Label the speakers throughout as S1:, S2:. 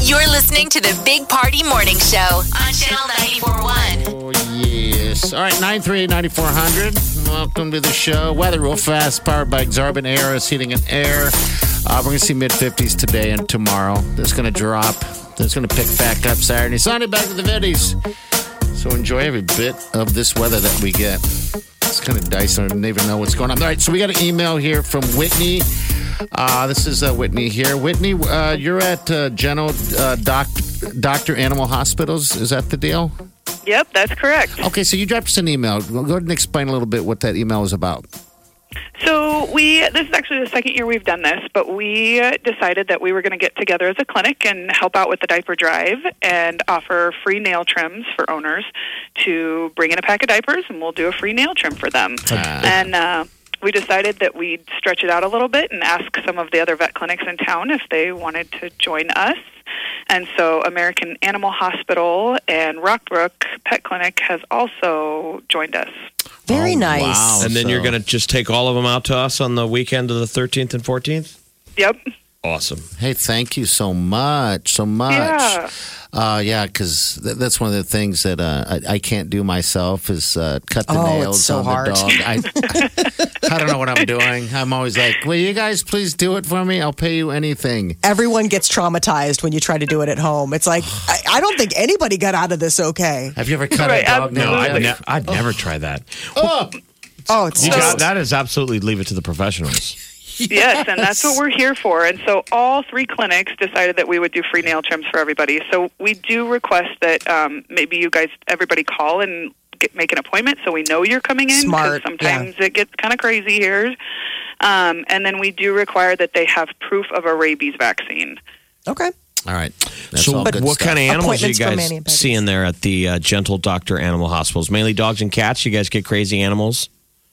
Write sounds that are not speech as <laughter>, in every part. S1: You're listening to the Big Party Morning Show on Channel 941.
S2: Oh, yes. All right, 938-9400. Welcome to the show. Weather real fast, powered by Exarban Aeros Heating and Air. Uh, we're going to see mid-50s today and tomorrow. That's going to drop. That's going to pick back up Saturday. Sunday back to the 50s. So enjoy every bit of this weather that we get. It's kind of dicey. I don't even know what's going on. All right, so we got an email here from Whitney. Uh, this is uh, Whitney here. Whitney, uh, you're at uh, Geno uh, Doc, Doctor Animal Hospitals. Is that the deal?
S3: Yep, that's correct.
S2: Okay, so you dropped us an email. Go ahead and explain a little bit what that email is about.
S3: So we this is actually the second year we've done this, but we decided that we were going to get together as a clinic and help out with the diaper drive and offer free nail trims for owners to bring in a pack of diapers and we'll do a free nail trim for them. And uh, we decided that we'd stretch it out a little bit and ask some of the other vet clinics in town if they wanted to join us. And so American Animal Hospital and Rockbrook Pet Clinic has also joined us.
S4: Very
S2: Oh,
S4: nice.
S2: wow.
S5: And then
S2: So-
S5: you're going to just take all of them out to us on the weekend of the 13th and 14th?
S3: Yep.
S5: Awesome.
S2: Hey, thank you so much, so much.
S3: Yeah.
S2: uh, yeah, because th- that's one of the things that uh, I-, I can't do myself is uh, cut the
S4: Oh, it's
S2: nails
S4: so
S2: on
S4: hard.
S2: the dog.
S4: <laughs>
S2: I, I don't know what I'm doing. I'm always like, "Will you guys please do it for me? I'll pay you anything."
S4: Everyone gets traumatized when you try to do it at home. It's like, I, I don't think anybody got out of this okay.
S2: Have you ever cut
S3: Right,
S2: a dog
S3: absolutely.
S5: No,
S2: nail?
S5: I'd,
S3: Really?
S5: ne- I'd never try that.
S2: Oh,
S4: Oh, it's
S5: You
S4: just-
S5: got- that is absolutely leave it to the professionals.
S3: <laughs> Yes, and that's what we're here for. And so all three clinics decided that we would do free nail trims for everybody. So we do request that um, maybe you guys, everybody, call and get, make an appointment so we know you're coming in. 'cause
S4: Smart,
S3: Sometimes it gets kind of crazy here. Um, and then we do require that they have proof of a rabies vaccine.
S4: okay.
S2: all right. That's
S5: so,
S2: all
S5: what
S2: good stuff.
S5: kind of animals are you
S4: Appointments for
S5: guys
S4: many babies.
S5: seeing there at the uh, Gentle Doctor Animal Hospitals? Mainly dogs and cats. You guys get crazy animals.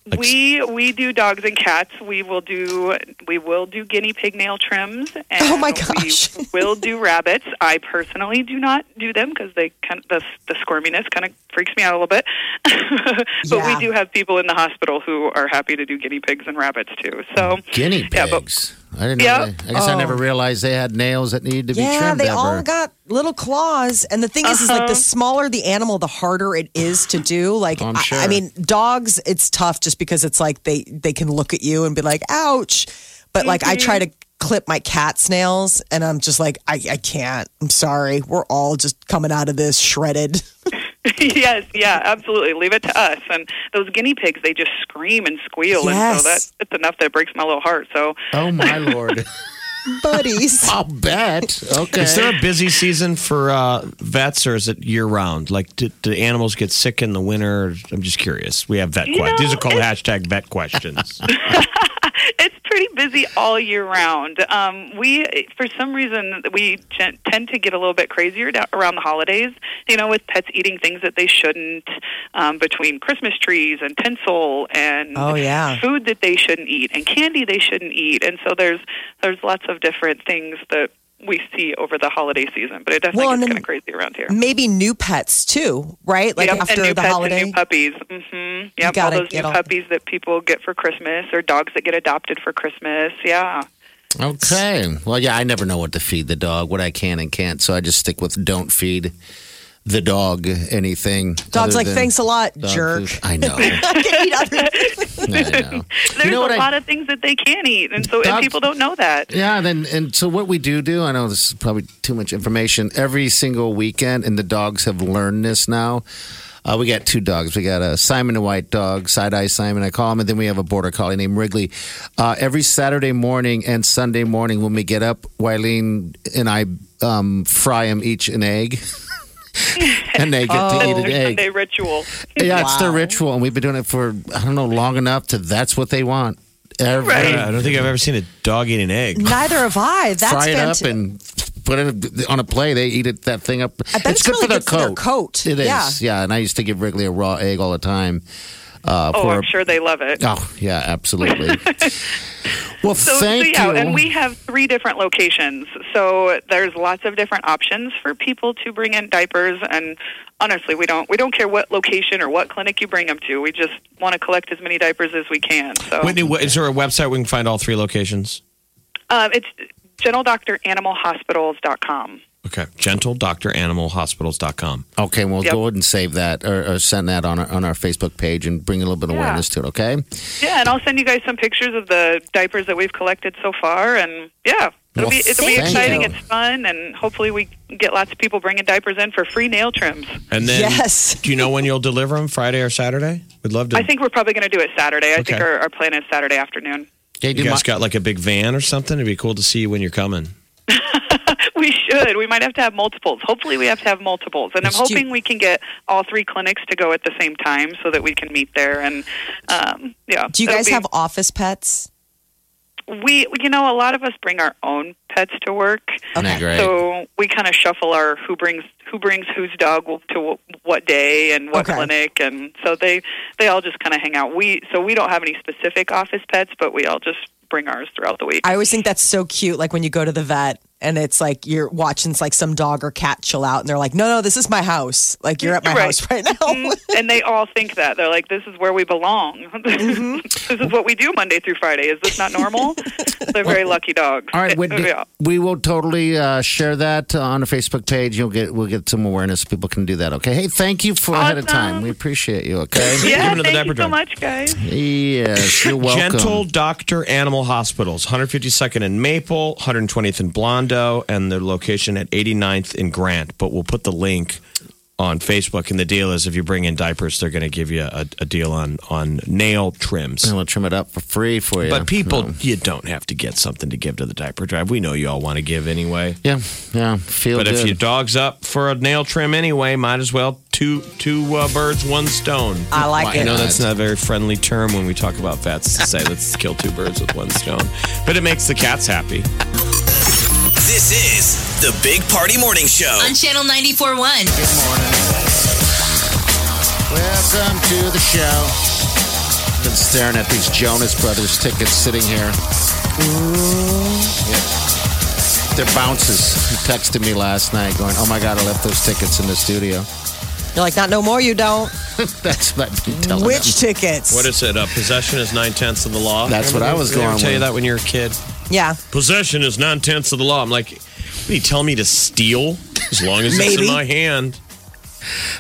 S5: Like-
S3: We we do dogs and cats. We will do we will do guinea pig nail trims. And
S4: <laughs> Oh, my gosh. <laughs>
S3: We will do rabbits. I personally do not do them because they kind of, the the squirminess kind of freaks me out a little bit. <laughs> but
S4: Yeah.
S3: we do have people in the hospital who are happy to do guinea pigs and rabbits too.
S4: Oh,
S3: So <laughs>
S2: guinea
S3: Yeah, but-
S2: pigs? I didn't.
S3: Yeah.
S2: know they- I guess I never realized they had nails that needed to be
S4: Yeah,
S2: trimmed.
S4: they
S2: ever.
S4: all got little claws. And the thing is, is like the smaller the animal, the harder it is to do. Like,
S2: I'm
S4: I-
S2: sure.
S4: I, mean, dogs, it's tough just because it's like they, they can look at you and be like, ouch. But like, I try to clip my cat's nails and I'm just like, I, I can't. I'm sorry. We're all just coming out of this shredded. <laughs>
S3: yes, yeah, absolutely. Leave it to us. And those guinea pigs, they just scream and squeal, and so that
S4: Yes.
S3: it's enough that it breaks my little heart. So
S2: Oh my lord!
S4: buddies.
S2: <laughs> I'll bet. Okay.
S5: Is there a busy season for uh, vets, or is it year round? Like, do, do animals get sick in the winter? I'm just curious. We have vet
S3: You
S5: questions.
S3: know,
S5: These are called hashtag vet
S4: <laughs>
S5: questions.
S3: <laughs> it's pretty busy all year round. Um, we, for some reason, we gen- tend to get a little bit crazier da- around the holidays. You know, with pets eating things that they shouldn't, um, between Christmas trees and tinsel and
S4: Oh, yeah.
S3: food that they shouldn't eat and candy they shouldn't eat, and so there's there's lots of different things that we see over the holiday season. But it definitely
S4: Well, and
S3: gets
S4: then-
S3: kind of crazy around here.
S4: Maybe new pets too, right? Like
S3: Yep,
S4: after
S3: and new
S4: the
S3: pets
S4: holiday.
S3: and new puppies. hmm Yep, all
S4: gotta
S3: those new
S4: get all-
S3: puppies that people get for Christmas, or dogs that get adopted for Christmas. Yeah.
S2: Okay. Well, yeah, I never know what to feed the dog, what I can and can't, so I just stick with don't feed the dog anything.
S4: Dogs
S2: other
S4: like
S2: than
S4: thanks a lot,
S2: dog
S4: jerk. <laughs>
S2: food. I know.
S3: <laughs>
S2: I
S4: I can eat other
S2: know.
S3: There's
S2: You know
S3: a
S2: what I-
S3: lot of things that they can eat, and so
S2: Dogs-
S3: and people don't know that.
S2: Yeah, then and so what we do do, I know this is probably too much information. Every single weekend, and the dogs have learned this now. Uh, we got two dogs. We got a Simon the White dog, Side Eye Simon, I call him, and then we have a border collie named Wrigley. Uh, every Saturday morning and Sunday morning when we get up, Wileen and I um, fry them each an egg, <laughs> and they get to eat an
S3: Their
S2: egg.
S3: Oh, Sunday ritual.
S2: Yeah, it's their ritual, and we've been doing it for I don't know long enough to that's what they want. every
S3: Right.
S5: I don't think I've ever seen a dog eat an egg.
S4: Neither have I. That's
S2: fry it up
S4: fantastic.
S2: and put it on a plate. They eat it that thing up.
S4: I bet it's really good for their coat.
S2: It is,
S4: Yeah.
S2: yeah. And I used to give Wrigley a raw egg all the time. Uh,
S3: Oh,
S2: for
S3: I'm sure they love it.
S2: Oh yeah,
S3: <laughs>
S2: absolutely. well,
S3: So, so,
S2: thank
S3: yeah,
S2: you.
S3: and we have three different locations. So there's lots of different options for people to bring in diapers and honestly, we don't we don't care what location or what clinic you bring them to. We just want to collect as many diapers as we can. So
S5: Whitney, what, is there a website we can find all three locations?
S3: um, it's gentledoctoranimalhospitals.com.
S5: Okay. Gentle Doctor Animal Hospitals.com.
S2: okay, we'll
S3: Yep.
S2: go ahead and save that or, or send that on our, on our Facebook page and bring a little bit of
S3: Yeah.
S2: awareness to it. Okay.
S3: Yeah, and I'll send you guys some pictures of the diapers that we've collected so far and yeah. It'll
S2: Well,
S3: be it'll be
S2: thank
S3: exciting.
S2: you.
S3: It's fun, and hopefully we get lots of people bringing diapers in for free nail trims.
S5: And then,
S4: Yes.
S5: do you know when you'll deliver them? Friday or Saturday? We'd love to.
S3: I think we're probably going to do it Saturday. I think
S5: Okay.
S3: our, our plan is Saturday afternoon. <laughs>
S2: Yeah,
S5: you
S2: do
S5: guys
S2: my-
S5: got like a big van or something. It'd be cool to see you when you're coming.
S3: We should. We might have to have multiples. Hopefully, we have to have multiples, and I'm
S5: Let's do-
S3: hoping we can get all three clinics to go at the same time so that we can meet there. And um, yeah,
S4: Do you
S3: that'll
S4: guys
S3: be-
S4: have office pets?
S3: We, you know, a lot of us bring our own pets to work,
S2: Isn't that great?
S3: so we kind of shuffle our who brings who brings whose dog to wh- what day and what
S4: Okay.
S3: clinic, and so they they all just kind of hang out. We so we don't have any specific office pets, but we all just bring ours throughout the week.
S4: I always think that's so cute. Like when you go to the vet and it's like you're watching like some dog or cat chill out, and they're like, "No, no, this is my house. Like you're at my
S3: Right. Mm-hmm.
S4: house right
S3: <laughs>
S4: now."
S3: and they all think that they're like, "This is where we belong. <laughs> this is what we do Monday through Friday. Is this not normal?" they're very lucky dogs.
S2: All right, Whitney,
S3: <laughs> Yeah.
S2: we will totally uh, share that on our Facebook page. You'll get we'll get some awareness. People can do that. Okay. Hey, thank you for ahead of time.
S3: Awesome.
S2: We appreciate you.
S3: <laughs>
S2: Okay.
S3: Yeah,
S5: Give it to the
S3: thank you
S5: diaper
S3: so
S5: drive.
S3: much, guys.
S2: Yes,
S5: <laughs>
S2: you're welcome.
S5: Gentle Doctor Animal Hospitals, 152nd in Maple, 120th in Blondo, and their location at 89th in Grant. But we'll put the link on Facebook. And the deal is if you bring in diapers, they're going to give you a, a deal on, on nail trims.
S2: And we'll trim it up for free for you.
S5: But people, you don't have to get something to give to the diaper drive. We know you all want to give anyway.
S2: Yeah, yeah. Feel
S5: But
S2: good.
S5: if your dog's up for a nail trim anyway, might as well two two uh, birds, one stone.
S4: <laughs> I like
S2: Why
S4: it.
S5: I know
S2: not?
S5: that's not a very friendly term when we talk about vets to say
S2: <laughs>
S5: let's kill two birds with one stone, but it makes the cats happy.
S6: This is the Big Party Morning Show.
S1: On Channel 94.1.
S2: Welcome to the show. Been staring at these Jonas Brothers tickets sitting here. Yeah. They're bounces. He texted me last night going, Oh my God, I left those tickets in the studio. <laughs>
S4: You're like, "Not no more. You don't."
S2: That's what I've been telling him.
S4: Which tickets?
S5: What is it? Uh, possession is nine tenths of the law.
S2: That's what I was
S5: they- they ever
S2: going
S5: Tell you
S2: with.
S5: that when you're a kid.
S4: yeah.
S5: Possession is nine tenths of the law. I'm like, what are you telling me to steal? As long as it's
S4: Maybe.
S5: in my hand.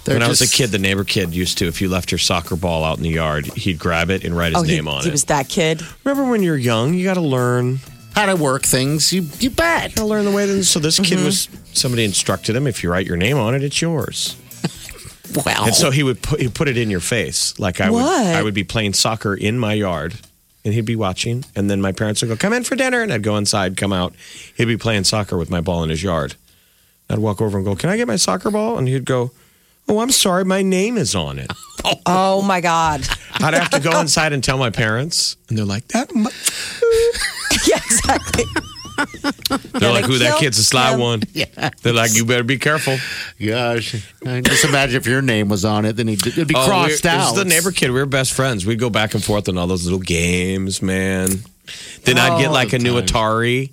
S2: They're
S5: when I was a
S2: just-
S5: kid, the neighbor kid used to, if you left your soccer ball out in the yard, he'd grab it and write his
S4: Oh, he,
S5: name on
S4: he
S5: it.
S4: was that kid.
S5: Remember when you're young, you got to learn.
S2: How to work things, you, you bet.
S5: Got to learn the way. That, so this kid
S4: Mm-hmm.
S5: was. Somebody instructed him: if you write your name on it, it's
S4: <laughs>
S5: yours.
S2: Wow.
S5: And so he would put he put it in your face. Like I
S4: What?
S5: would I would be playing soccer in my yard and he'd be watching and then my parents would go, Come in for dinner and I'd go inside, come out. He'd be playing soccer with my ball in his yard. I'd walk over and go, Can I get my soccer ball? And he'd go, Oh, I'm sorry, my name is on it.
S4: Oh my god. <laughs>
S5: I'd have to go inside and tell my parents. And they're like, That mu-"
S4: yeah, exactly.
S5: They're like, Ooh, that
S4: kill
S5: kid's a sly
S4: him."
S5: one. <laughs> Yeah. They're like, You better be careful.
S2: Gosh. I just imagine if your name was on it, then he'd, it'd be
S5: Oh,
S2: crossed
S5: we-
S2: out.
S5: This is the neighbor kid. We were best friends. We'd go back and forth on all those little games, man. Then I'd
S2: Oh,
S5: get like a new Atari,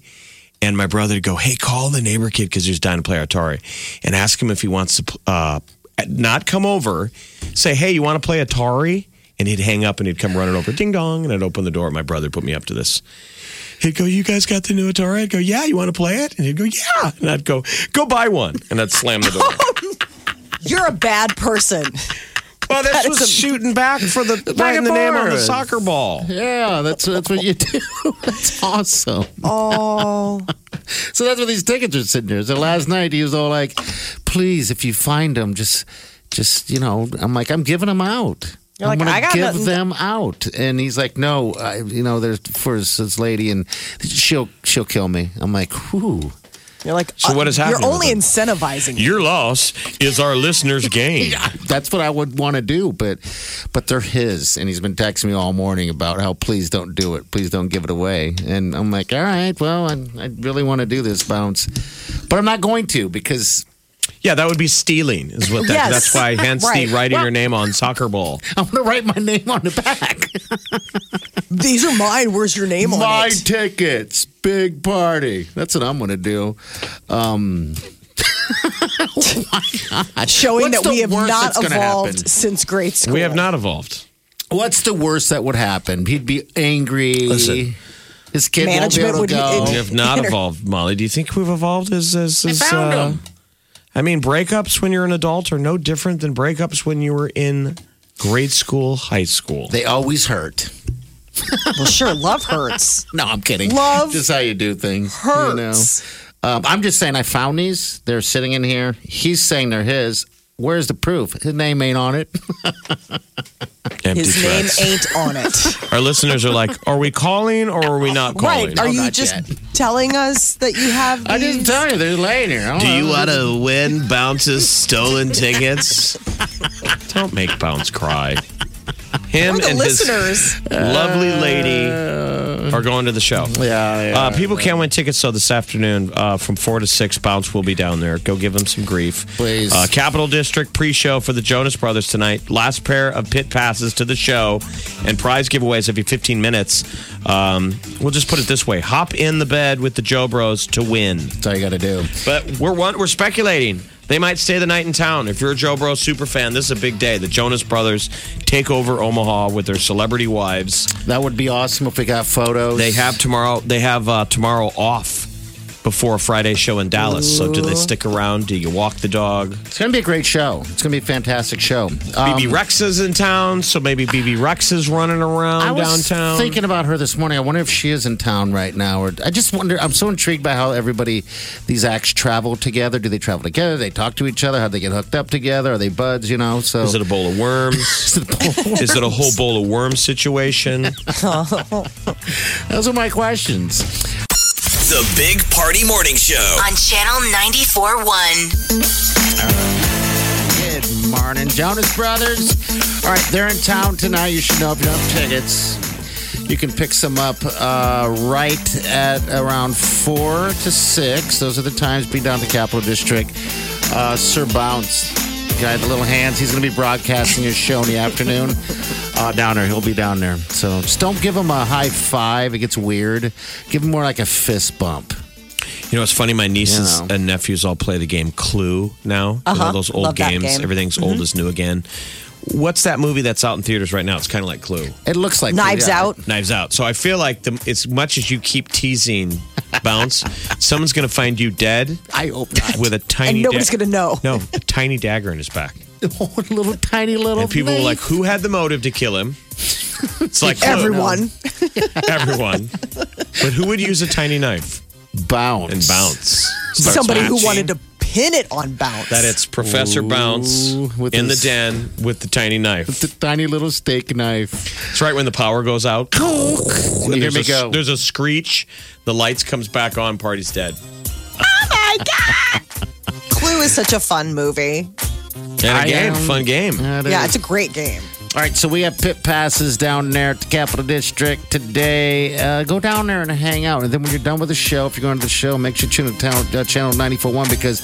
S5: and my brother would go, "Hey, call the neighbor kid because he was dying to play Atari, and ask him if he wants to pl- uh, not come over. Say, hey, you want to play Atari?" And he'd hang up and he'd come running over, ding dong, and I'd open the door. My brother put me up to this. He'd go, "You guys got the new Atari?" I'd go, "Yeah, you want to play it?" And he'd go, "Yeah," and I'd go, "Go buy one," and I'd slam the door.
S4: You're a bad person.
S5: Well, this
S4: That
S5: was
S4: is a-
S5: shooting back for the writing the name on the
S2: board.
S5: soccer ball.
S2: Yeah, that's that's what you do. <laughs> That's awesome.
S4: Oh,
S2: So that's where these tickets are sitting there. So last night he was all like, "Please, if you find them, just, just you know." I'm like, "I'm giving them out.
S4: You're
S2: I'm
S4: like,
S2: gonna
S4: "I got
S2: give
S4: nothing."
S2: them out." And he's like, "No, I, you know, there's for this lady, and she'll she'll kill me." I'm like, "Whoo."
S4: You're like,
S5: So what is
S4: uh,
S5: happening
S4: You're
S5: with
S4: only
S5: them?
S4: incentivizing. it.
S5: Your loss is our listener's
S4: <laughs>
S5: gain.
S2: That's what I would want to do, but but they're his, and he's been texting me all morning about how please don't do it, please don't give it away, and I'm like, all right, well, I, I really want to do this bounce, but I'm not going to because <laughs>
S5: Yeah, that would be stealing. Is what that,
S4: Yes.
S5: that's why. Hence
S4: Right.
S5: the writing your name on soccer ball.
S2: I'm going to write my name on the
S4: <laughs>
S2: back.
S4: These are mine. Where's your name
S2: my
S4: on it?
S2: tickets, big party. That's what I'm going to do.
S4: Showing
S2: What's
S4: that we
S2: the
S4: have
S2: worst
S4: not
S2: that's gonna
S4: evolved
S2: happen?
S4: since grade school.
S5: We have not evolved.
S2: What's the worst that would happen? He'd be angry.
S5: Listen.
S2: his kid
S4: Management
S2: won't be able to
S4: would-
S2: go.
S5: We have not evolved, Molly. Do you think we've evolved as as, as
S2: found
S5: uh,
S2: 'em.
S5: I mean, breakups when you're an adult are no different than breakups when you were in grade school, high school.
S2: they always hurt.
S4: Well, sure, love hurts.
S2: No, I'm kidding.
S4: Love
S2: just how you do things. <laughs> You know.
S4: Hurts.
S2: Um, I'm just saying I found these. They're sitting in here. He's saying they're his. Where's the proof? His name ain't on it. <laughs>
S5: Empty
S4: His name
S5: threats.
S4: ain't on it.
S5: Our listeners are like, are we calling or are we not calling?
S4: right? Are
S2: No,
S4: you
S2: not
S4: just
S2: yet.
S4: telling us that you have?
S2: I didn't
S4: these?
S2: tell you. They're laying here. I don't
S5: Do you
S2: know.
S5: want to win bounces, stolen tickets? Don't make bounce cry. Him
S4: We're the
S5: and
S4: listeners.
S5: his lovely lady are going to the show.
S2: Uh. Yeah, yeah.
S5: Uh, people can win tickets though this afternoon uh, from four to six. Bounce will be down there. Go give them some grief,
S2: Please.
S5: Uh, Capital District pre-show for the Jonas Brothers tonight. Last pair of pit passes to the show, and prize giveaways every fifteen minutes. Um, we'll just put it this way: hop in the bed with the Joe Bros to win.
S2: That's all you got to do.
S5: But we're one, we're speculating. They might stay the night in town. If you're a Joe Bros super fan, this is a big day. The Jonas Brothers take over Omaha with their celebrity wives.
S2: That would be awesome if we got photos.
S5: They have tomorrow. They have uh, tomorrow off before Friday's show in Dallas. So do they stick around? Do you walk the dog?
S2: It's going to be a great show. It's going to be a fantastic show. Um,
S5: BB Rex is in town, so maybe BB Rex is running around
S2: I was
S5: downtown.
S2: thinking about her this morning. I wonder if she is in town right now. Or I just wonder. I'm so intrigued by how everybody these acts travel together. Do they travel together? They talk to each other. How they get hooked up together? Are they buds? You know. So
S5: is it a bowl of worms? <laughs> is it a whole bowl of worms situation? <laughs>
S2: those are my questions.
S6: The Big Party Morning Show.
S1: on Channel 94.1.
S2: Good morning, Jonas Brothers. All right, they're in town tonight. You should know if you don't have tickets. You can pick some up uh, right at around 4 to 6. Those are the times. Be down to Capital District. Uh, Sir Bounce, guy with the little hands, he's going to be broadcasting his show in the afternoon uh, down there. He'll be down there. So just don't give him a high five. It gets weird. Give him more like a fist bump.
S5: You know, it's funny. My nieces
S2: You know.
S5: and nephews all play the game Clue now. You know,
S4: Uh-huh.
S5: those old
S4: Love that
S5: games.
S4: game. Mm-hmm.
S5: Everything's old is new again. What's that movie that's out in theaters right now? It's kind of like Clue.
S2: It looks like
S4: Knives
S2: yeah.
S4: out.
S5: Knives Out. So I feel like the, as much as you keep teasing
S4: <laughs>
S5: Bounce, someone's going to find you dead
S2: I hope not.
S5: <laughs> with a tiny.
S4: And nobody's gonna Oh, know.
S5: <laughs> No, a tiny dagger in his
S4: <laughs>
S5: back,
S2: little tiny little.
S5: and people
S2: thing.
S5: were like, "Who had the motive to kill him?" It's like Clue.
S4: Everyone.
S5: everyone.
S4: <laughs>
S5: But who would use a tiny knife
S2: bounce
S5: and bounce? Start
S4: Somebody who
S5: smashing.
S4: wanted to pin it on bounce.
S5: That it's Professor Bounce
S2: Ooh, with
S5: in
S2: his-
S5: the den with the tiny knife.
S2: the tiny little steak knife.
S5: It's right when the power goes out.
S2: And you hear
S5: there's,
S2: me
S5: a,
S2: go.
S5: there's a screech. The lights comes back on. Party's dead.
S4: Clue is such a fun movie.
S5: And
S2: I
S5: again,
S2: am-
S5: fun game.
S2: That
S4: Yeah,
S2: is-
S4: it's a great game.
S2: All right, so we have pit passes down there at the Capital District today. Uh, go down there and hang out. And then when you're done with the show, if you're going to the show, make sure you tune to town, uh, Channel 941 because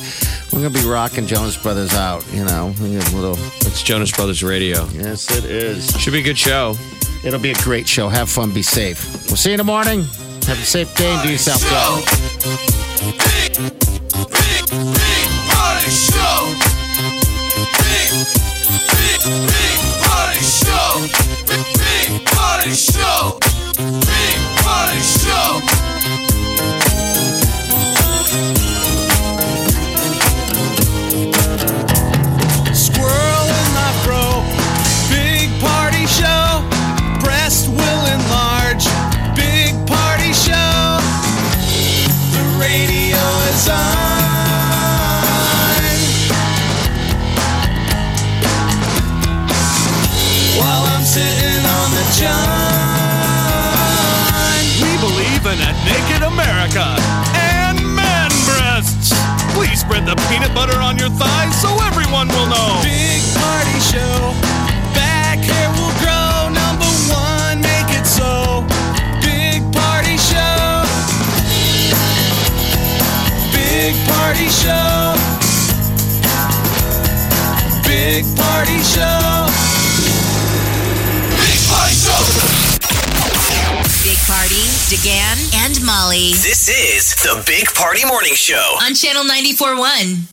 S2: we're going to be rocking Jonas Brothers out, you know. We get a little,
S5: It's Jonas Brothers Radio.
S2: yes, it is.
S5: Should be a good show.
S2: It'll be a great show. Have fun. Be safe. We'll see you in the morning. Have a safe day and do yourself good.
S6: Big, big party show. Big, big, big party show. Big, big party show. Big party show. Squirrel in my fro. Big party show. Breast will enlarge. Big party show. The radio is on. While I'm sitting on the john.
S5: We believe in a naked America and man breasts.
S6: your thighs so everyone will know. Big Party Show. Back hair will grow. Number one, make it so. Big Party Show. Big Party Show. Big Party Show.
S7: Big Party Show.
S1: Big Party, DeGan, and Molly
S7: This is the Big Party Morning Show.
S1: on Channel 94.1.